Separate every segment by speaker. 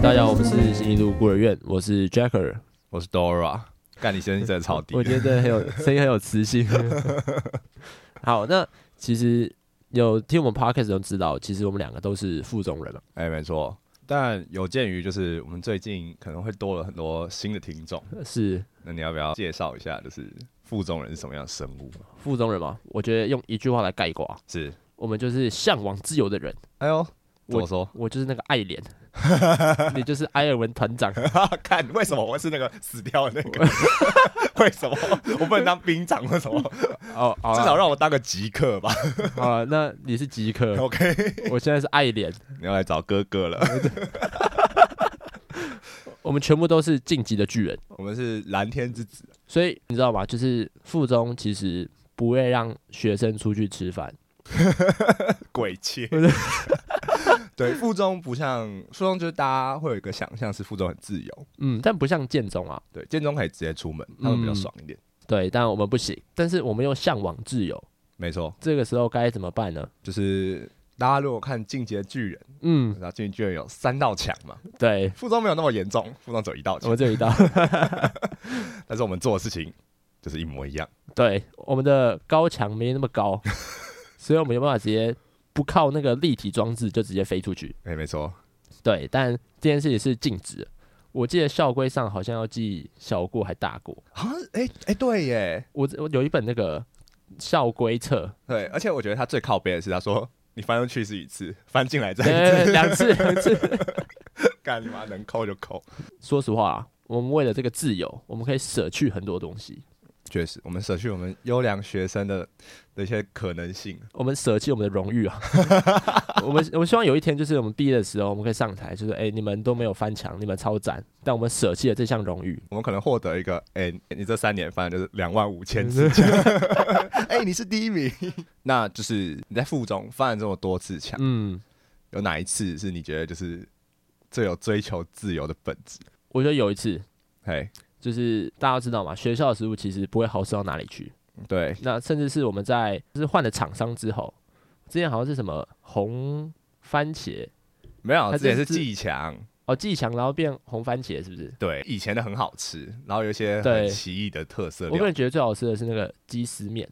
Speaker 1: 大家好，我们是新一路孤儿院，我是 Jacker，
Speaker 2: 我是 Dora，干你声音真 的超低
Speaker 1: 我。觉得很有 声音很有磁性。好，那其实有听我们 podcast 的人知道，其实我们两个都是附中人嘛。啊
Speaker 2: 哎、没错，但有鉴于就是我们最近可能会多了很多新的听众，
Speaker 1: 是
Speaker 2: 那你要不要介绍一下，就是附中人是什么样的生物？
Speaker 1: 附中人嘛？我觉得用一句话来概括啊，
Speaker 2: 是，
Speaker 1: 我们就是向往自由的人。
Speaker 2: 哎呦，怎么说？
Speaker 1: 我就是那个爱 莲，你就是埃尔文团长。
Speaker 2: 看为什么我 是那个死掉的那 个？为什么我不能当兵长？为什么？
Speaker 1: 哦，好
Speaker 2: 至少让我当个极客吧。
Speaker 1: 好了，那你是极客，
Speaker 2: OK，
Speaker 1: 我现在是爱莲，
Speaker 2: 你要来找哥哥了。
Speaker 1: 我们全部都是晋级的巨人。
Speaker 2: 我们是蓝天之子，
Speaker 1: 所以你知道吗？就是附中其实不会让学生出去吃饭，
Speaker 2: 鬼切。 对，附中不像附中，就是大家会有一个想象是附中很自由，
Speaker 1: 嗯，但不像建中啊，
Speaker 2: 对，建中可以直接出门，他
Speaker 1: 嗯
Speaker 2: 们比较爽一点。
Speaker 1: 对，但我们不行。但是我们又向往自由，
Speaker 2: 没错，
Speaker 1: 这个时候该怎么办呢？
Speaker 2: 就是大家如果看《进击的巨人》，
Speaker 1: 嗯，
Speaker 2: 然后《进击的巨人》有三道墙嘛，
Speaker 1: 对，
Speaker 2: 附中没有那么严重，附中只有一道
Speaker 1: 我
Speaker 2: 墙
Speaker 1: 们，这一道，
Speaker 2: 但是我们做的事情就是一模一样。
Speaker 1: 对，我们的高墙没那么高， 所以我们有办法直接不靠那个立体装置就直接飞出去。
Speaker 2: 哎、没错，
Speaker 1: 对，但这件事情是禁止的。我记得校规上好像要记小过还大过，
Speaker 2: 啊，哎、哎、对耶，
Speaker 1: 我我有一本那个校规册，
Speaker 2: 对，而且我觉得他最靠背的是他说。你翻出去是一次，翻进来再一
Speaker 1: 对，
Speaker 2: 次，
Speaker 1: 两次两次。
Speaker 2: 干你妈能扣就扣。
Speaker 1: 说实话啊，我们为了这个自由，我们可以舍去很多东西。
Speaker 2: 确实，我们舍去我们优良学生的的一些可能性。
Speaker 1: 我们舍弃我们的荣誉 啊！我们我希望有一天，就是我们毕业的时候，我们可以上台，就是哎、你们都没有翻墙，你们超赞，但我们舍弃了这项荣誉。
Speaker 2: 我们可能获得一个，哎、你这三年翻就是两万五
Speaker 1: 嗯
Speaker 2: 千次 墙，哎、你是第一名。 那就是你在附中翻了这么多次墙，
Speaker 1: 嗯，
Speaker 2: 有哪一次是你觉得就是最有追求自由的本质？
Speaker 1: 我觉得有一次，
Speaker 2: 嘿，
Speaker 1: 就是大家都知道嘛，学校的食物其实不会好吃到哪里去。
Speaker 2: 对，
Speaker 1: 那甚至是我们在就是换了厂商之后，之前好像是什么红番茄
Speaker 2: 没有，
Speaker 1: 它
Speaker 2: 这也
Speaker 1: 就是是
Speaker 2: 技强。
Speaker 1: 哦，季强然后变红番茄，是不是？
Speaker 2: 对，以前的很好吃，然后有一些很
Speaker 1: 对
Speaker 2: 奇异的特色
Speaker 1: 我个
Speaker 2: 料
Speaker 1: 人，觉得最好吃的是那个鸡丝面，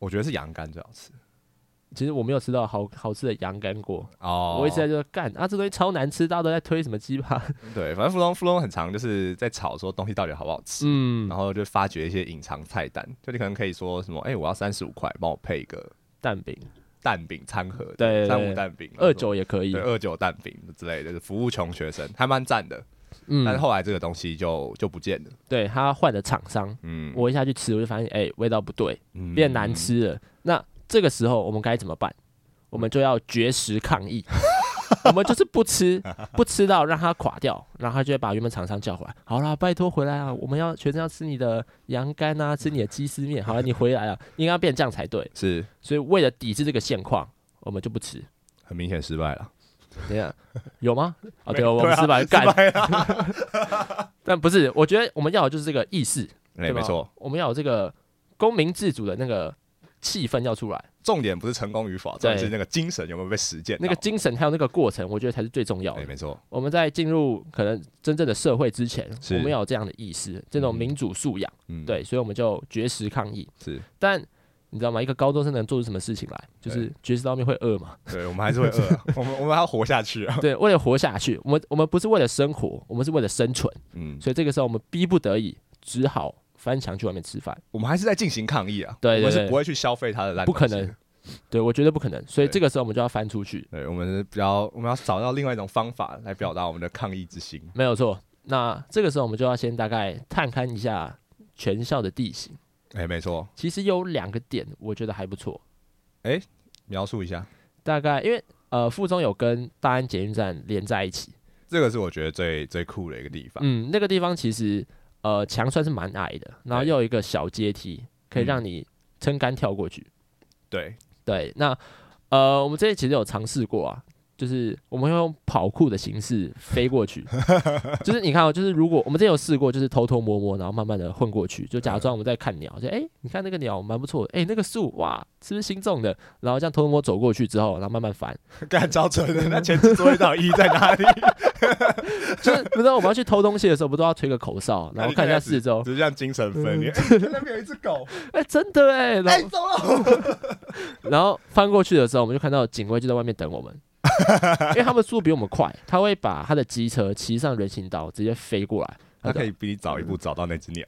Speaker 2: 我觉得是羊肝最好吃。
Speaker 1: 其实我没有吃到好好吃的羊肝过。
Speaker 2: 哦
Speaker 1: 我一直在就干啊，这东西超难吃，大家都在推什么鸡巴？
Speaker 2: 对，反正附中附中很常就是在吵说东西到底好不好吃，
Speaker 1: 嗯
Speaker 2: 然，后就发掘一些隐藏菜单，就你可能可以说什么，哎、我要三十五块，帮我配一个
Speaker 1: 蛋饼
Speaker 2: 蛋饼餐盒，
Speaker 1: 对对
Speaker 2: 三
Speaker 1: 对
Speaker 2: 五蛋饼，
Speaker 1: 二九也可以
Speaker 2: 对，二九蛋饼之类的，就是服务穷学生，还蛮赞的。但是
Speaker 1: 嗯，
Speaker 2: 后来这个东西就就不见了，
Speaker 1: 对他换的厂商，
Speaker 2: 嗯，
Speaker 1: 我一下去吃，我就发现哎、味道不对，
Speaker 2: 嗯
Speaker 1: 变难吃了。那这个时候我们该怎么办？我们就要绝食抗议，我们就是不 吃，不吃到让它垮掉，然后他就会把原本厂商叫回来。好啦，拜托回来啊，我们要学生要吃你的羊肝啊，吃你的鸡丝面。好了，你回来啊，应该要变这样才对。
Speaker 2: 是
Speaker 1: 所以为了抵制这个现况，我们就不吃。
Speaker 2: 很明显失败了。
Speaker 1: 等一下，有吗？啊，
Speaker 2: 没
Speaker 1: 对，我们
Speaker 2: 啊
Speaker 1: 失败
Speaker 2: 失
Speaker 1: 干，
Speaker 2: 败 了。
Speaker 1: 但不是，我觉得我们要的就是这个意识，
Speaker 2: 哎，
Speaker 1: 对吧
Speaker 2: 没错，，
Speaker 1: 我们要有这个公民自主的那个气氛要出来，
Speaker 2: 重点不是成功与否，重点
Speaker 1: 对
Speaker 2: 是那个精神有没有被实践到。
Speaker 1: 那个精神还有那个过程，我觉得才是最重要
Speaker 2: 哎，
Speaker 1: 的。
Speaker 2: 没错，
Speaker 1: 我们在进入可能真正的社会之前，
Speaker 2: 是
Speaker 1: 我们要有这样的意识，这种民主素养，
Speaker 2: 嗯，，
Speaker 1: 对，所以我们就绝食抗议。
Speaker 2: 是，
Speaker 1: 但你知道吗？一个高中生能做出什么事情来？就是绝食到面会饿 嘛？
Speaker 2: 对我们还是 会饿啊，我们我们还要活下去啊。
Speaker 1: 对，为了活下去，我们我们不是为了生活，我们是为了生存。
Speaker 2: 嗯，
Speaker 1: 所以这个时候我们逼不得已，只好翻墙去外面吃饭。
Speaker 2: 我们还是在进行抗议啊，
Speaker 1: 对对
Speaker 2: 我们是
Speaker 1: 对
Speaker 2: 不会去消费它的烂，
Speaker 1: 不可能。对，我觉得不可能，所以
Speaker 2: 对
Speaker 1: 这个时候我们就要翻出去，
Speaker 2: 对，我们是比较，我们要找到另外一种方法来表达我们的抗议之心。
Speaker 1: 没有错。那这个时候我们就要先大概探勘一下全校的地形。
Speaker 2: 哎、没错，
Speaker 1: 其实有两个点，我觉得还不错。
Speaker 2: 描述一下，
Speaker 1: 大概因为呃，附中有跟大安捷运站连在一起，
Speaker 2: 这个是我觉得最最酷的一个地方。
Speaker 1: 嗯，那个地方其实呃墙算是蛮矮的，然后又有一个小阶梯，可以让你撑杆跳过去。
Speaker 2: 对，
Speaker 1: 对，那呃我们这里其实有尝试过啊，就是我们会用跑酷的形式飞过去，就是你看哦，就是如果我们之前有试过，就是偷偷摸摸，然后慢慢的混过去，就假装我们在看鸟，就哎、你看那个鸟蛮不错的，哎、那个树哇，是不是新种的？然后这样偷偷摸走过去之后，然后慢慢翻，
Speaker 2: 干超扯的， 那前置作业到底意义在 哪里？
Speaker 1: 就是你知道我们要去偷东西的时候，不都要吹个口哨，然后看一下四周，
Speaker 2: 只是像精神分裂。 那边有一只狗，
Speaker 1: 哎、真嗯的哎、然后
Speaker 2: 哎，走了。
Speaker 1: 然后翻过去的时候，我们就看到警卫就在外面等我们， 因为他们速度比我们快，他会把他的机车骑上人行道直接飞过来。
Speaker 2: 他可
Speaker 1: 以，
Speaker 2: 以比你早一步找到那只鸟，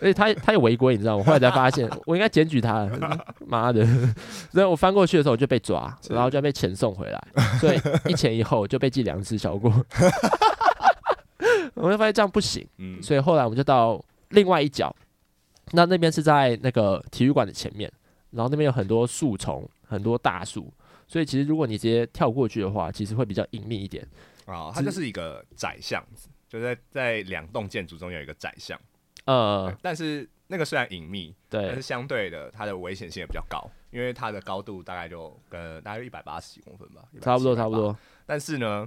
Speaker 1: 而且他他也违规，你知道吗？我后来才发现，我应该检举他了。妈的！ 所以我翻过去的时候我就被抓，
Speaker 2: 是
Speaker 1: 然后就要被遣送回来，所以一前一后就被记两次小过。 我们就发现这样不行，
Speaker 2: 嗯，
Speaker 1: 所以后来我们就到另外一角，那那边是在那个体育馆的前面，然后那边有很多树丛，很多大树，所以其实如果你直接跳过去的话，其实会比较隐秘一点。
Speaker 2: 啊，它就是一个窄巷子，就在在两栋建筑中有一个窄巷，
Speaker 1: 呃，
Speaker 2: 但是那个虽然隐秘，但
Speaker 1: 对
Speaker 2: 是，相对的它的危险性也比较高，因为它的高度大概就跟大概一百八十几公分吧，170
Speaker 1: 差不多差不。多。
Speaker 2: 但是呢，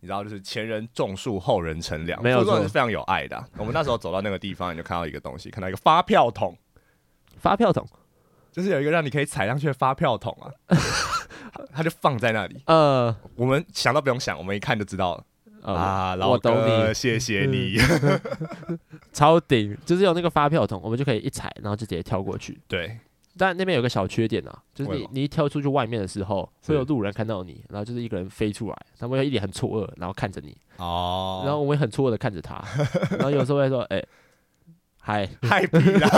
Speaker 2: 你知道，就是前人种树，后人乘凉，
Speaker 1: 没有
Speaker 2: 这种
Speaker 1: 错
Speaker 2: 人是非常有爱的啊、我们那时候走到那个地方，你就看到一个东西，看到一个发票筒，
Speaker 1: 发票筒，
Speaker 2: 就是有一个让你可以踩上去的发票筒啊， 它就放在那里。
Speaker 1: 呃，
Speaker 2: 我们想都不用想，我们一看就知道了、
Speaker 1: 呃
Speaker 2: 啊，老
Speaker 1: 我懂
Speaker 2: 哥
Speaker 1: 你，嗯
Speaker 2: 谢谢你。
Speaker 1: 超顶，就是有那个发票筒，我们就可以一踩，然后就直接跳过去。
Speaker 2: 对，
Speaker 1: 但那边有个小缺点啊，就是
Speaker 2: 为什
Speaker 1: 你
Speaker 2: 么
Speaker 1: 你一跳出去外面的时候，
Speaker 2: 是
Speaker 1: 会有路人看到你，然后就是一个人飞出来，他们会一脸很错愕，然后看着你，
Speaker 2: 哦
Speaker 1: 然后我们也很错愕的看着他， 然后有时候会说，哎、嗨，
Speaker 2: 太 皮了，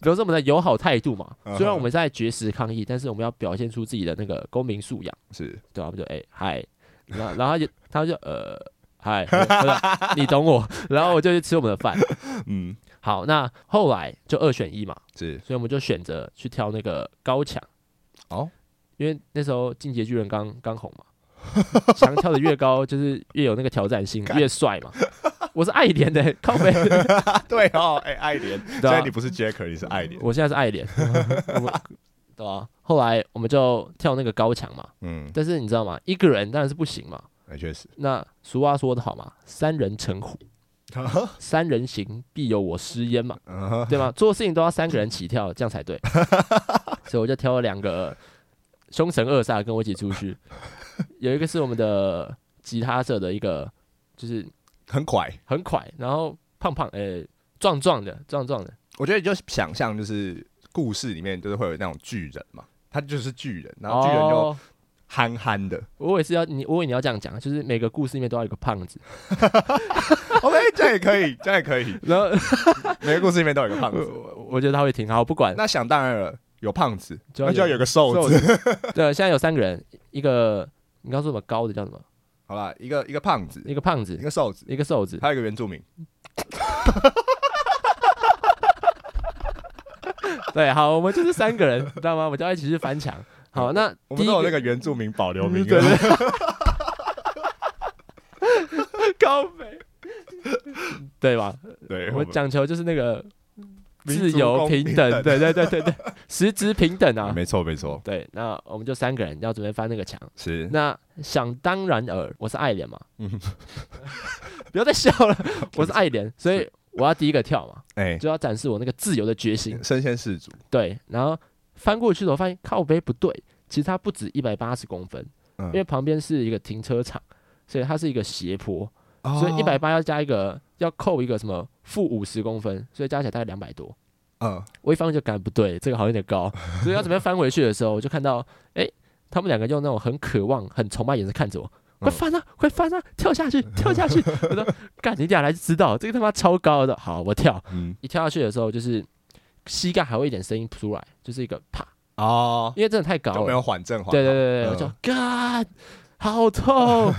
Speaker 1: 比如说我们的友好态度嘛
Speaker 2: 嗯，哼
Speaker 1: 虽然我们在绝食抗议，但是我们要表现出自己的那个公民素养，
Speaker 2: 是
Speaker 1: 对吧、我们就哎、嗨，然后然后他就他就呃嗨，我说 你懂我，然后我就去吃我们的饭。
Speaker 2: 嗯
Speaker 1: 好，那后来就二选一嘛，
Speaker 2: 是
Speaker 1: 所以我们就选择去挑那个高墙，
Speaker 2: 哦，
Speaker 1: 因为那时候《进阶巨人刚》刚红嘛， 墙跳的越高就是越有那个挑战性，越帅嘛。我是爱莲的、靠背，
Speaker 2: 啊， 对哦，哎、爱莲，
Speaker 1: 对
Speaker 2: 所
Speaker 1: 啊
Speaker 2: 以你不是 Jacker，你是爱莲，
Speaker 1: 我现在是 爱莲，我们对吧、后来我们就跳那个高墙嘛，
Speaker 2: 嗯，
Speaker 1: 但是你知道吗？一个人当然是不行嘛。
Speaker 2: 那 确实，
Speaker 1: 那俗话说得好嘛，三人成虎，三人行必有我师焉嘛，
Speaker 2: 嗯
Speaker 1: 对吗？做事情都要三个人起跳，这样 才对。所以我就挑了两个凶神恶煞跟我一起出去，有一个是我们的吉他社的一个，就是
Speaker 2: 很快。
Speaker 1: 很快，然后胖胖，呃、壮壮的，壮壮的，
Speaker 2: 我觉得你就想象就是故事里面就是会有那种巨人嘛，他就是巨人，然后巨人就
Speaker 1: 哦
Speaker 2: 憨憨的。
Speaker 1: 我也是要你，我以为你要这样讲，啊就是每个故事里面都要有一个胖 子，
Speaker 2: OK，这 样也可以，这样也可以，
Speaker 1: 然后
Speaker 2: 每个故事里面都有一个胖子。
Speaker 1: 我我觉得他会挺好，不管。
Speaker 2: 那想当然了，有胖子，
Speaker 1: 就要
Speaker 2: 那
Speaker 1: 有
Speaker 2: 就要有个瘦子。
Speaker 1: 对，现在有三个人，一个你刚说什么高的叫什么？
Speaker 2: 好啦，一个一个胖子，
Speaker 1: 一个胖子
Speaker 2: 一，个瘦子，
Speaker 1: 一个瘦子，
Speaker 2: 还有一个原住民。
Speaker 1: 对，好，我们就是三个人，知道吗？我们就要一起去翻墙。好，那
Speaker 2: 我
Speaker 1: 第
Speaker 2: 们
Speaker 1: 一
Speaker 2: 都有那
Speaker 1: 个
Speaker 2: 个原住民保留名
Speaker 1: 嗯
Speaker 2: 额
Speaker 1: 对。 高飞， 对吧？
Speaker 2: 对，
Speaker 1: 我
Speaker 2: 我
Speaker 1: 们
Speaker 2: 们
Speaker 1: 讲求就是那个
Speaker 2: 民族
Speaker 1: 自由
Speaker 2: 公平
Speaker 1: 平
Speaker 2: 等
Speaker 1: 等，对对对对对，实质平等啊。
Speaker 2: 没错没错，
Speaker 1: 对，那我们就三个人要准备翻那个墙。
Speaker 2: 是
Speaker 1: 那想当然尔，我是爱莲嘛，
Speaker 2: 嗯
Speaker 1: 不要再笑 了，我是爱莲，所以我要第一个跳嘛，
Speaker 2: 哎，
Speaker 1: 就要展示我那个自由的决心。
Speaker 2: 身先士卒。
Speaker 1: 对，然后翻过去的时候发现靠背不对，其实它不止一百八十公分，
Speaker 2: 嗯
Speaker 1: 因为旁边是一个停车场，所以它是一个斜坡，
Speaker 2: 哦
Speaker 1: 所以一百八要加一个要扣一个什么负五十公分，所以加起来大概两百多。
Speaker 2: 嗯，
Speaker 1: 我一翻就感不对，这个好像有点 高，所以要准备翻回去的时候，我就看到哎、他们两个用那种很渴望、很崇拜眼神看着我。快
Speaker 2: 嗯
Speaker 1: 翻啊！快翻啊！跳下 去，跳下去！我说，干，你俩来就知道，这个他妈超高的。好，我跳。
Speaker 2: 嗯
Speaker 1: 一跳下去的时候，就是膝盖还会一点声音出来，就是一个啪，
Speaker 2: 哦，
Speaker 1: 因为真的太高
Speaker 2: 就没
Speaker 1: 了。
Speaker 2: 有缓震缓。
Speaker 1: 对对对对，
Speaker 2: 嗯
Speaker 1: 我就干，好痛。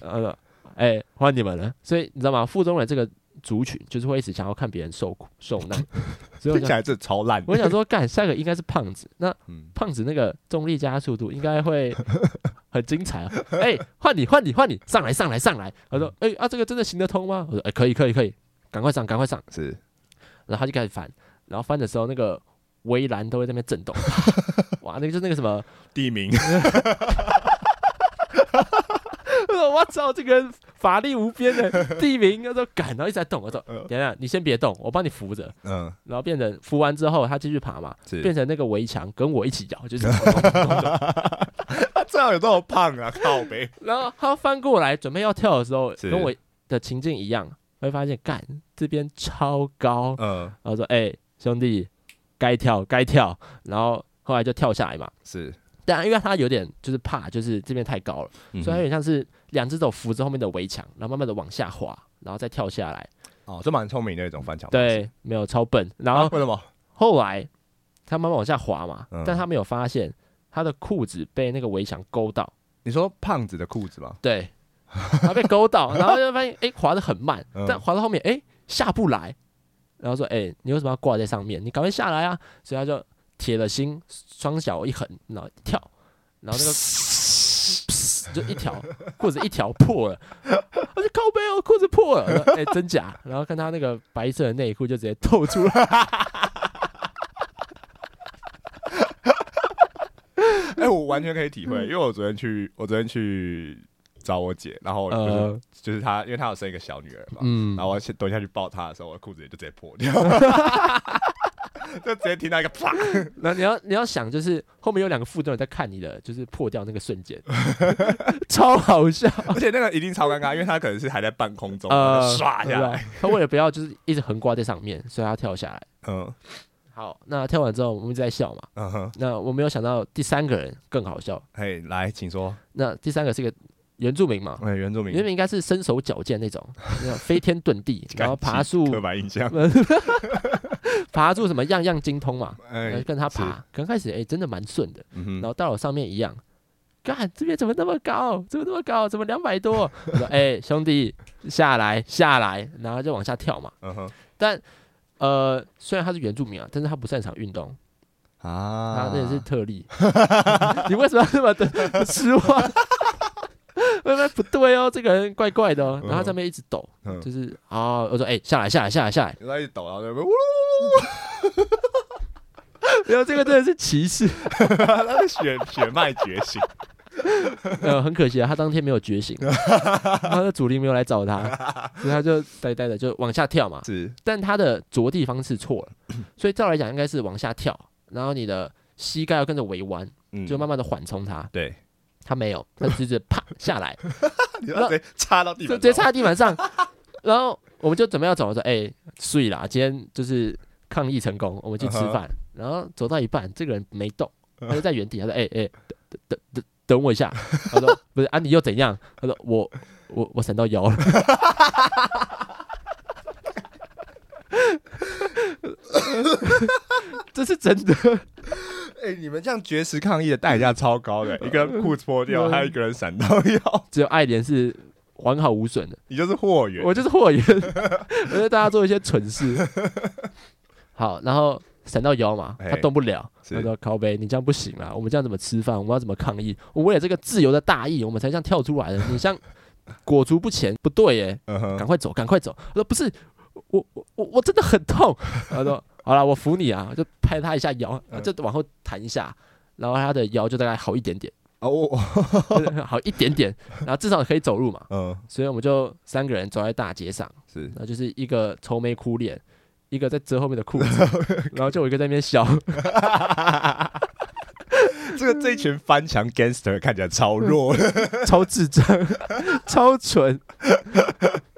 Speaker 1: 呃，哎，换你们了。所以你知道吗？附中人这个族群就是会一直想要看别人受苦受 难，所以我
Speaker 2: 听起
Speaker 1: 想，
Speaker 2: 来这超烂的。
Speaker 1: 我想说，干下一个应该是胖子，那
Speaker 2: 嗯，
Speaker 1: 胖子那个重力加速度应该会很精彩啊。哎，换你换你换你，上来上来上来。他说，哎啊，这个真的行得通吗？我说，哎，可以可以可以，赶快上赶快上。
Speaker 2: 是
Speaker 1: 然后他就开始翻，然后翻的时候那个
Speaker 2: 嗯
Speaker 1: 围栏都会在那边震动，哇，那个就是那个什么
Speaker 2: 地名。
Speaker 1: 我操，这个人法力无边的地名，他说赶，然后一直在动，我说
Speaker 2: 嗯
Speaker 1: 等一下，你先别动，我帮你扶着，
Speaker 2: 嗯，
Speaker 1: 然后变成扶完之后，他继续爬嘛，
Speaker 2: 是
Speaker 1: 变成那个围墙跟我一起摇，就是
Speaker 2: 他最好有多胖啊？靠呗，
Speaker 1: 然后他翻过来准备要跳的时候，
Speaker 2: 是
Speaker 1: 跟我的情境一样，会发现干这边超高，
Speaker 2: 嗯，
Speaker 1: 然后说哎、兄弟，该跳该跳，然后后来就跳下来嘛，
Speaker 2: 是，
Speaker 1: 但因为他有点就是怕，就是这边太高了，
Speaker 2: 嗯
Speaker 1: 所以他有点像是两只手扶着后面的围墙，然后慢慢的往下滑，然后再跳下来。
Speaker 2: 哦，这蛮聪明的一种翻墙，，
Speaker 1: 对，没有超笨。然
Speaker 2: 啊，
Speaker 1: 后
Speaker 2: 为什么？
Speaker 1: 后来他慢慢往下滑嘛，
Speaker 2: 嗯
Speaker 1: 但他没有发现他的裤子被那个围墙勾到，
Speaker 2: 你说胖子的裤子吗？
Speaker 1: 对，他被勾到，然后就发现哎、滑的很慢，
Speaker 2: 嗯
Speaker 1: 但滑到后面哎、下不来，然后说哎、你为什么要挂在上面？你赶快下来啊！所以他就铁了心，双脚一横，然后跳，然后那个就一条裤子一条破了，我就靠背哦，裤子破了，哎、诶真假？然后看他那个白色的内裤就直接透出来，
Speaker 2: 哎、我完全可以体
Speaker 1: 嗯
Speaker 2: 会，因为我昨天去，我昨天去找我姐，然后哦就是、
Speaker 1: 呃，
Speaker 2: 就是她，因为她有生一个小女儿嘛，
Speaker 1: 嗯
Speaker 2: 然，后我去蹲下去抱她的时候，我的裤子也就直接破 掉，就直接听到一个啪，
Speaker 1: 那你要你要想，就是后面有两个负责人在看你的，就是破掉那个瞬 间，超好笑。
Speaker 2: 而且那个一定超尴尬，因为她可能是还在半空中，
Speaker 1: 呃
Speaker 2: 然后就唰下来，
Speaker 1: 对啊他为了不要就是一直横挂在上面，所以他跳下来。
Speaker 2: 嗯
Speaker 1: 好，那跳完之后我们一直在笑嘛。
Speaker 2: 嗯哼，
Speaker 1: 那我没有想到第三个人更好笑。
Speaker 2: 嘿，来，请说，
Speaker 1: 那第三个是一个原住民嘛，
Speaker 2: 哎、原住民
Speaker 1: 原住民应该是身手矫健那种，那种飞天遁 地，然后爬树，
Speaker 2: 刻板印象，
Speaker 1: 爬树什么样样精通嘛。
Speaker 2: 哎、
Speaker 1: 然后跟他爬，刚开始哎、真的蛮顺的，
Speaker 2: 嗯哼
Speaker 1: 然后到了上面一样，干这边怎么那么高？怎么那么高？怎么两百多？我说哎、兄弟下来下来，然后就往下跳嘛。
Speaker 2: 嗯哼
Speaker 1: 但呃，虽然他是原住民啊，但是他不擅长运动，他
Speaker 2: 啊
Speaker 1: 那也是特例。 你为什么要那么的失望？ 我说不对哦，这个人怪怪的哦。然后他在那边一直抖，
Speaker 2: 嗯
Speaker 1: 就是啊、我说哎、下来下来下来下来，
Speaker 2: 然后一直抖，然后就呜噜，
Speaker 1: 然后这个真的是歧视。
Speaker 2: 他的血血脉觉醒，
Speaker 1: 呃，很可惜啊，他当天没有觉醒，他的主力没有来找他，所以他就呆呆的就往下跳嘛。
Speaker 2: 是
Speaker 1: 但他的着地方式错了，所以照来讲应该是往下跳，然后你的膝盖要跟着围弯，
Speaker 2: 嗯
Speaker 1: 就慢慢的缓冲它。
Speaker 2: 对，
Speaker 1: 他没 有，他直接啪下来，
Speaker 2: 你要直接插 到地
Speaker 1: 就
Speaker 2: 板
Speaker 1: 直接
Speaker 2: 上，
Speaker 1: 插在地板上。然后我们就准备要走，我说：“哎、睡啦，今天就是抗议成功，我们去吃饭。
Speaker 2: 嗯
Speaker 1: 然后走到一半，这个人没动，他就在原地。他说：“哎、哎、等等等等我一下。”他说：“不是啊，你又怎样？”他说：“我我我闪到腰了。” 这是真的，
Speaker 2: 哎、你们这样绝食抗议的代价超高 的，一个裤子脱掉，
Speaker 1: 嗯
Speaker 2: 还有一个人闪到腰，
Speaker 1: 只有爱莲是完好无损的。
Speaker 2: 你就是货源。
Speaker 1: 我就是货源， 我就大家做一些蠢事。好，然后闪到腰嘛，
Speaker 2: 哎
Speaker 1: 他动不了。
Speaker 2: 是
Speaker 1: 他说：“靠背，你这样不行啊！我们这样怎么吃饭？我们要怎么抗议？我为了这个自由的大义，我们才这样跳出来的。你像裹足不前，不对耶！
Speaker 2: 嗯
Speaker 1: 赶
Speaker 2: 哼，
Speaker 1: 快走，赶快走！”他说：“不是，我我我我真的很痛。”他说：“ 好了，我扶你啊！”就拍他一下腰，
Speaker 2: 嗯
Speaker 1: 就往后弹一下，然后他的腰就大概好一点点，
Speaker 2: 哦，我，
Speaker 1: 就是好一点点，然后至少可以走路嘛。
Speaker 2: 嗯，
Speaker 1: 所以我们就三个人走在大街上。
Speaker 2: 是
Speaker 1: 然后就是一个愁眉苦脸，一个在遮后面的裤子， 然后就我一个在那边笑，
Speaker 2: 这个这一群翻墙 gangster 看起来超弱 的。
Speaker 1: 超智障，超蠢。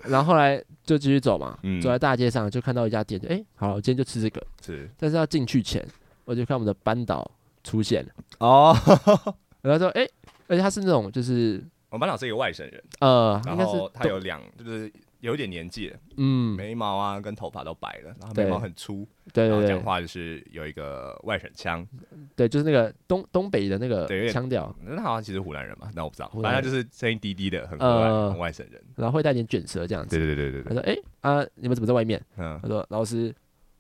Speaker 1: 然后后来就继续走嘛，
Speaker 2: 嗯
Speaker 1: 走在大街上就看到一家店，就哎、好，我今天就吃这个。
Speaker 2: 是
Speaker 1: 但是要进去前，我就看我们的班导出现了，
Speaker 2: 哦，
Speaker 1: 然后说哎、而且他是那种就是
Speaker 2: 我们班长是一个外省人，
Speaker 1: 呃，应
Speaker 2: 然
Speaker 1: 该是
Speaker 2: 后他
Speaker 1: 懂
Speaker 2: 有两，就是有一点年纪了，
Speaker 1: 嗯，
Speaker 2: 眉毛啊跟头发都白了，然后
Speaker 1: 对
Speaker 2: 眉毛很粗，
Speaker 1: 对
Speaker 2: 然后
Speaker 1: 对
Speaker 2: 讲
Speaker 1: 对
Speaker 2: 话就是有一个外省腔，
Speaker 1: 对，就是那个东东北的那
Speaker 2: 对有
Speaker 1: 个
Speaker 2: 点
Speaker 1: 腔调，
Speaker 2: 那他好像其实湖南人嘛，那我不知道，
Speaker 1: 湖
Speaker 2: 反
Speaker 1: 南
Speaker 2: 正
Speaker 1: 人
Speaker 2: 就是声音低低的，很和蔼，
Speaker 1: 呃
Speaker 2: 很外省人。
Speaker 1: 然后会带点卷舌这样
Speaker 2: 对
Speaker 1: 子。
Speaker 2: 对对对
Speaker 1: 他
Speaker 2: 对对，
Speaker 1: 说哎、啊，你们怎么在外面？
Speaker 2: 嗯
Speaker 1: 他说：“老师，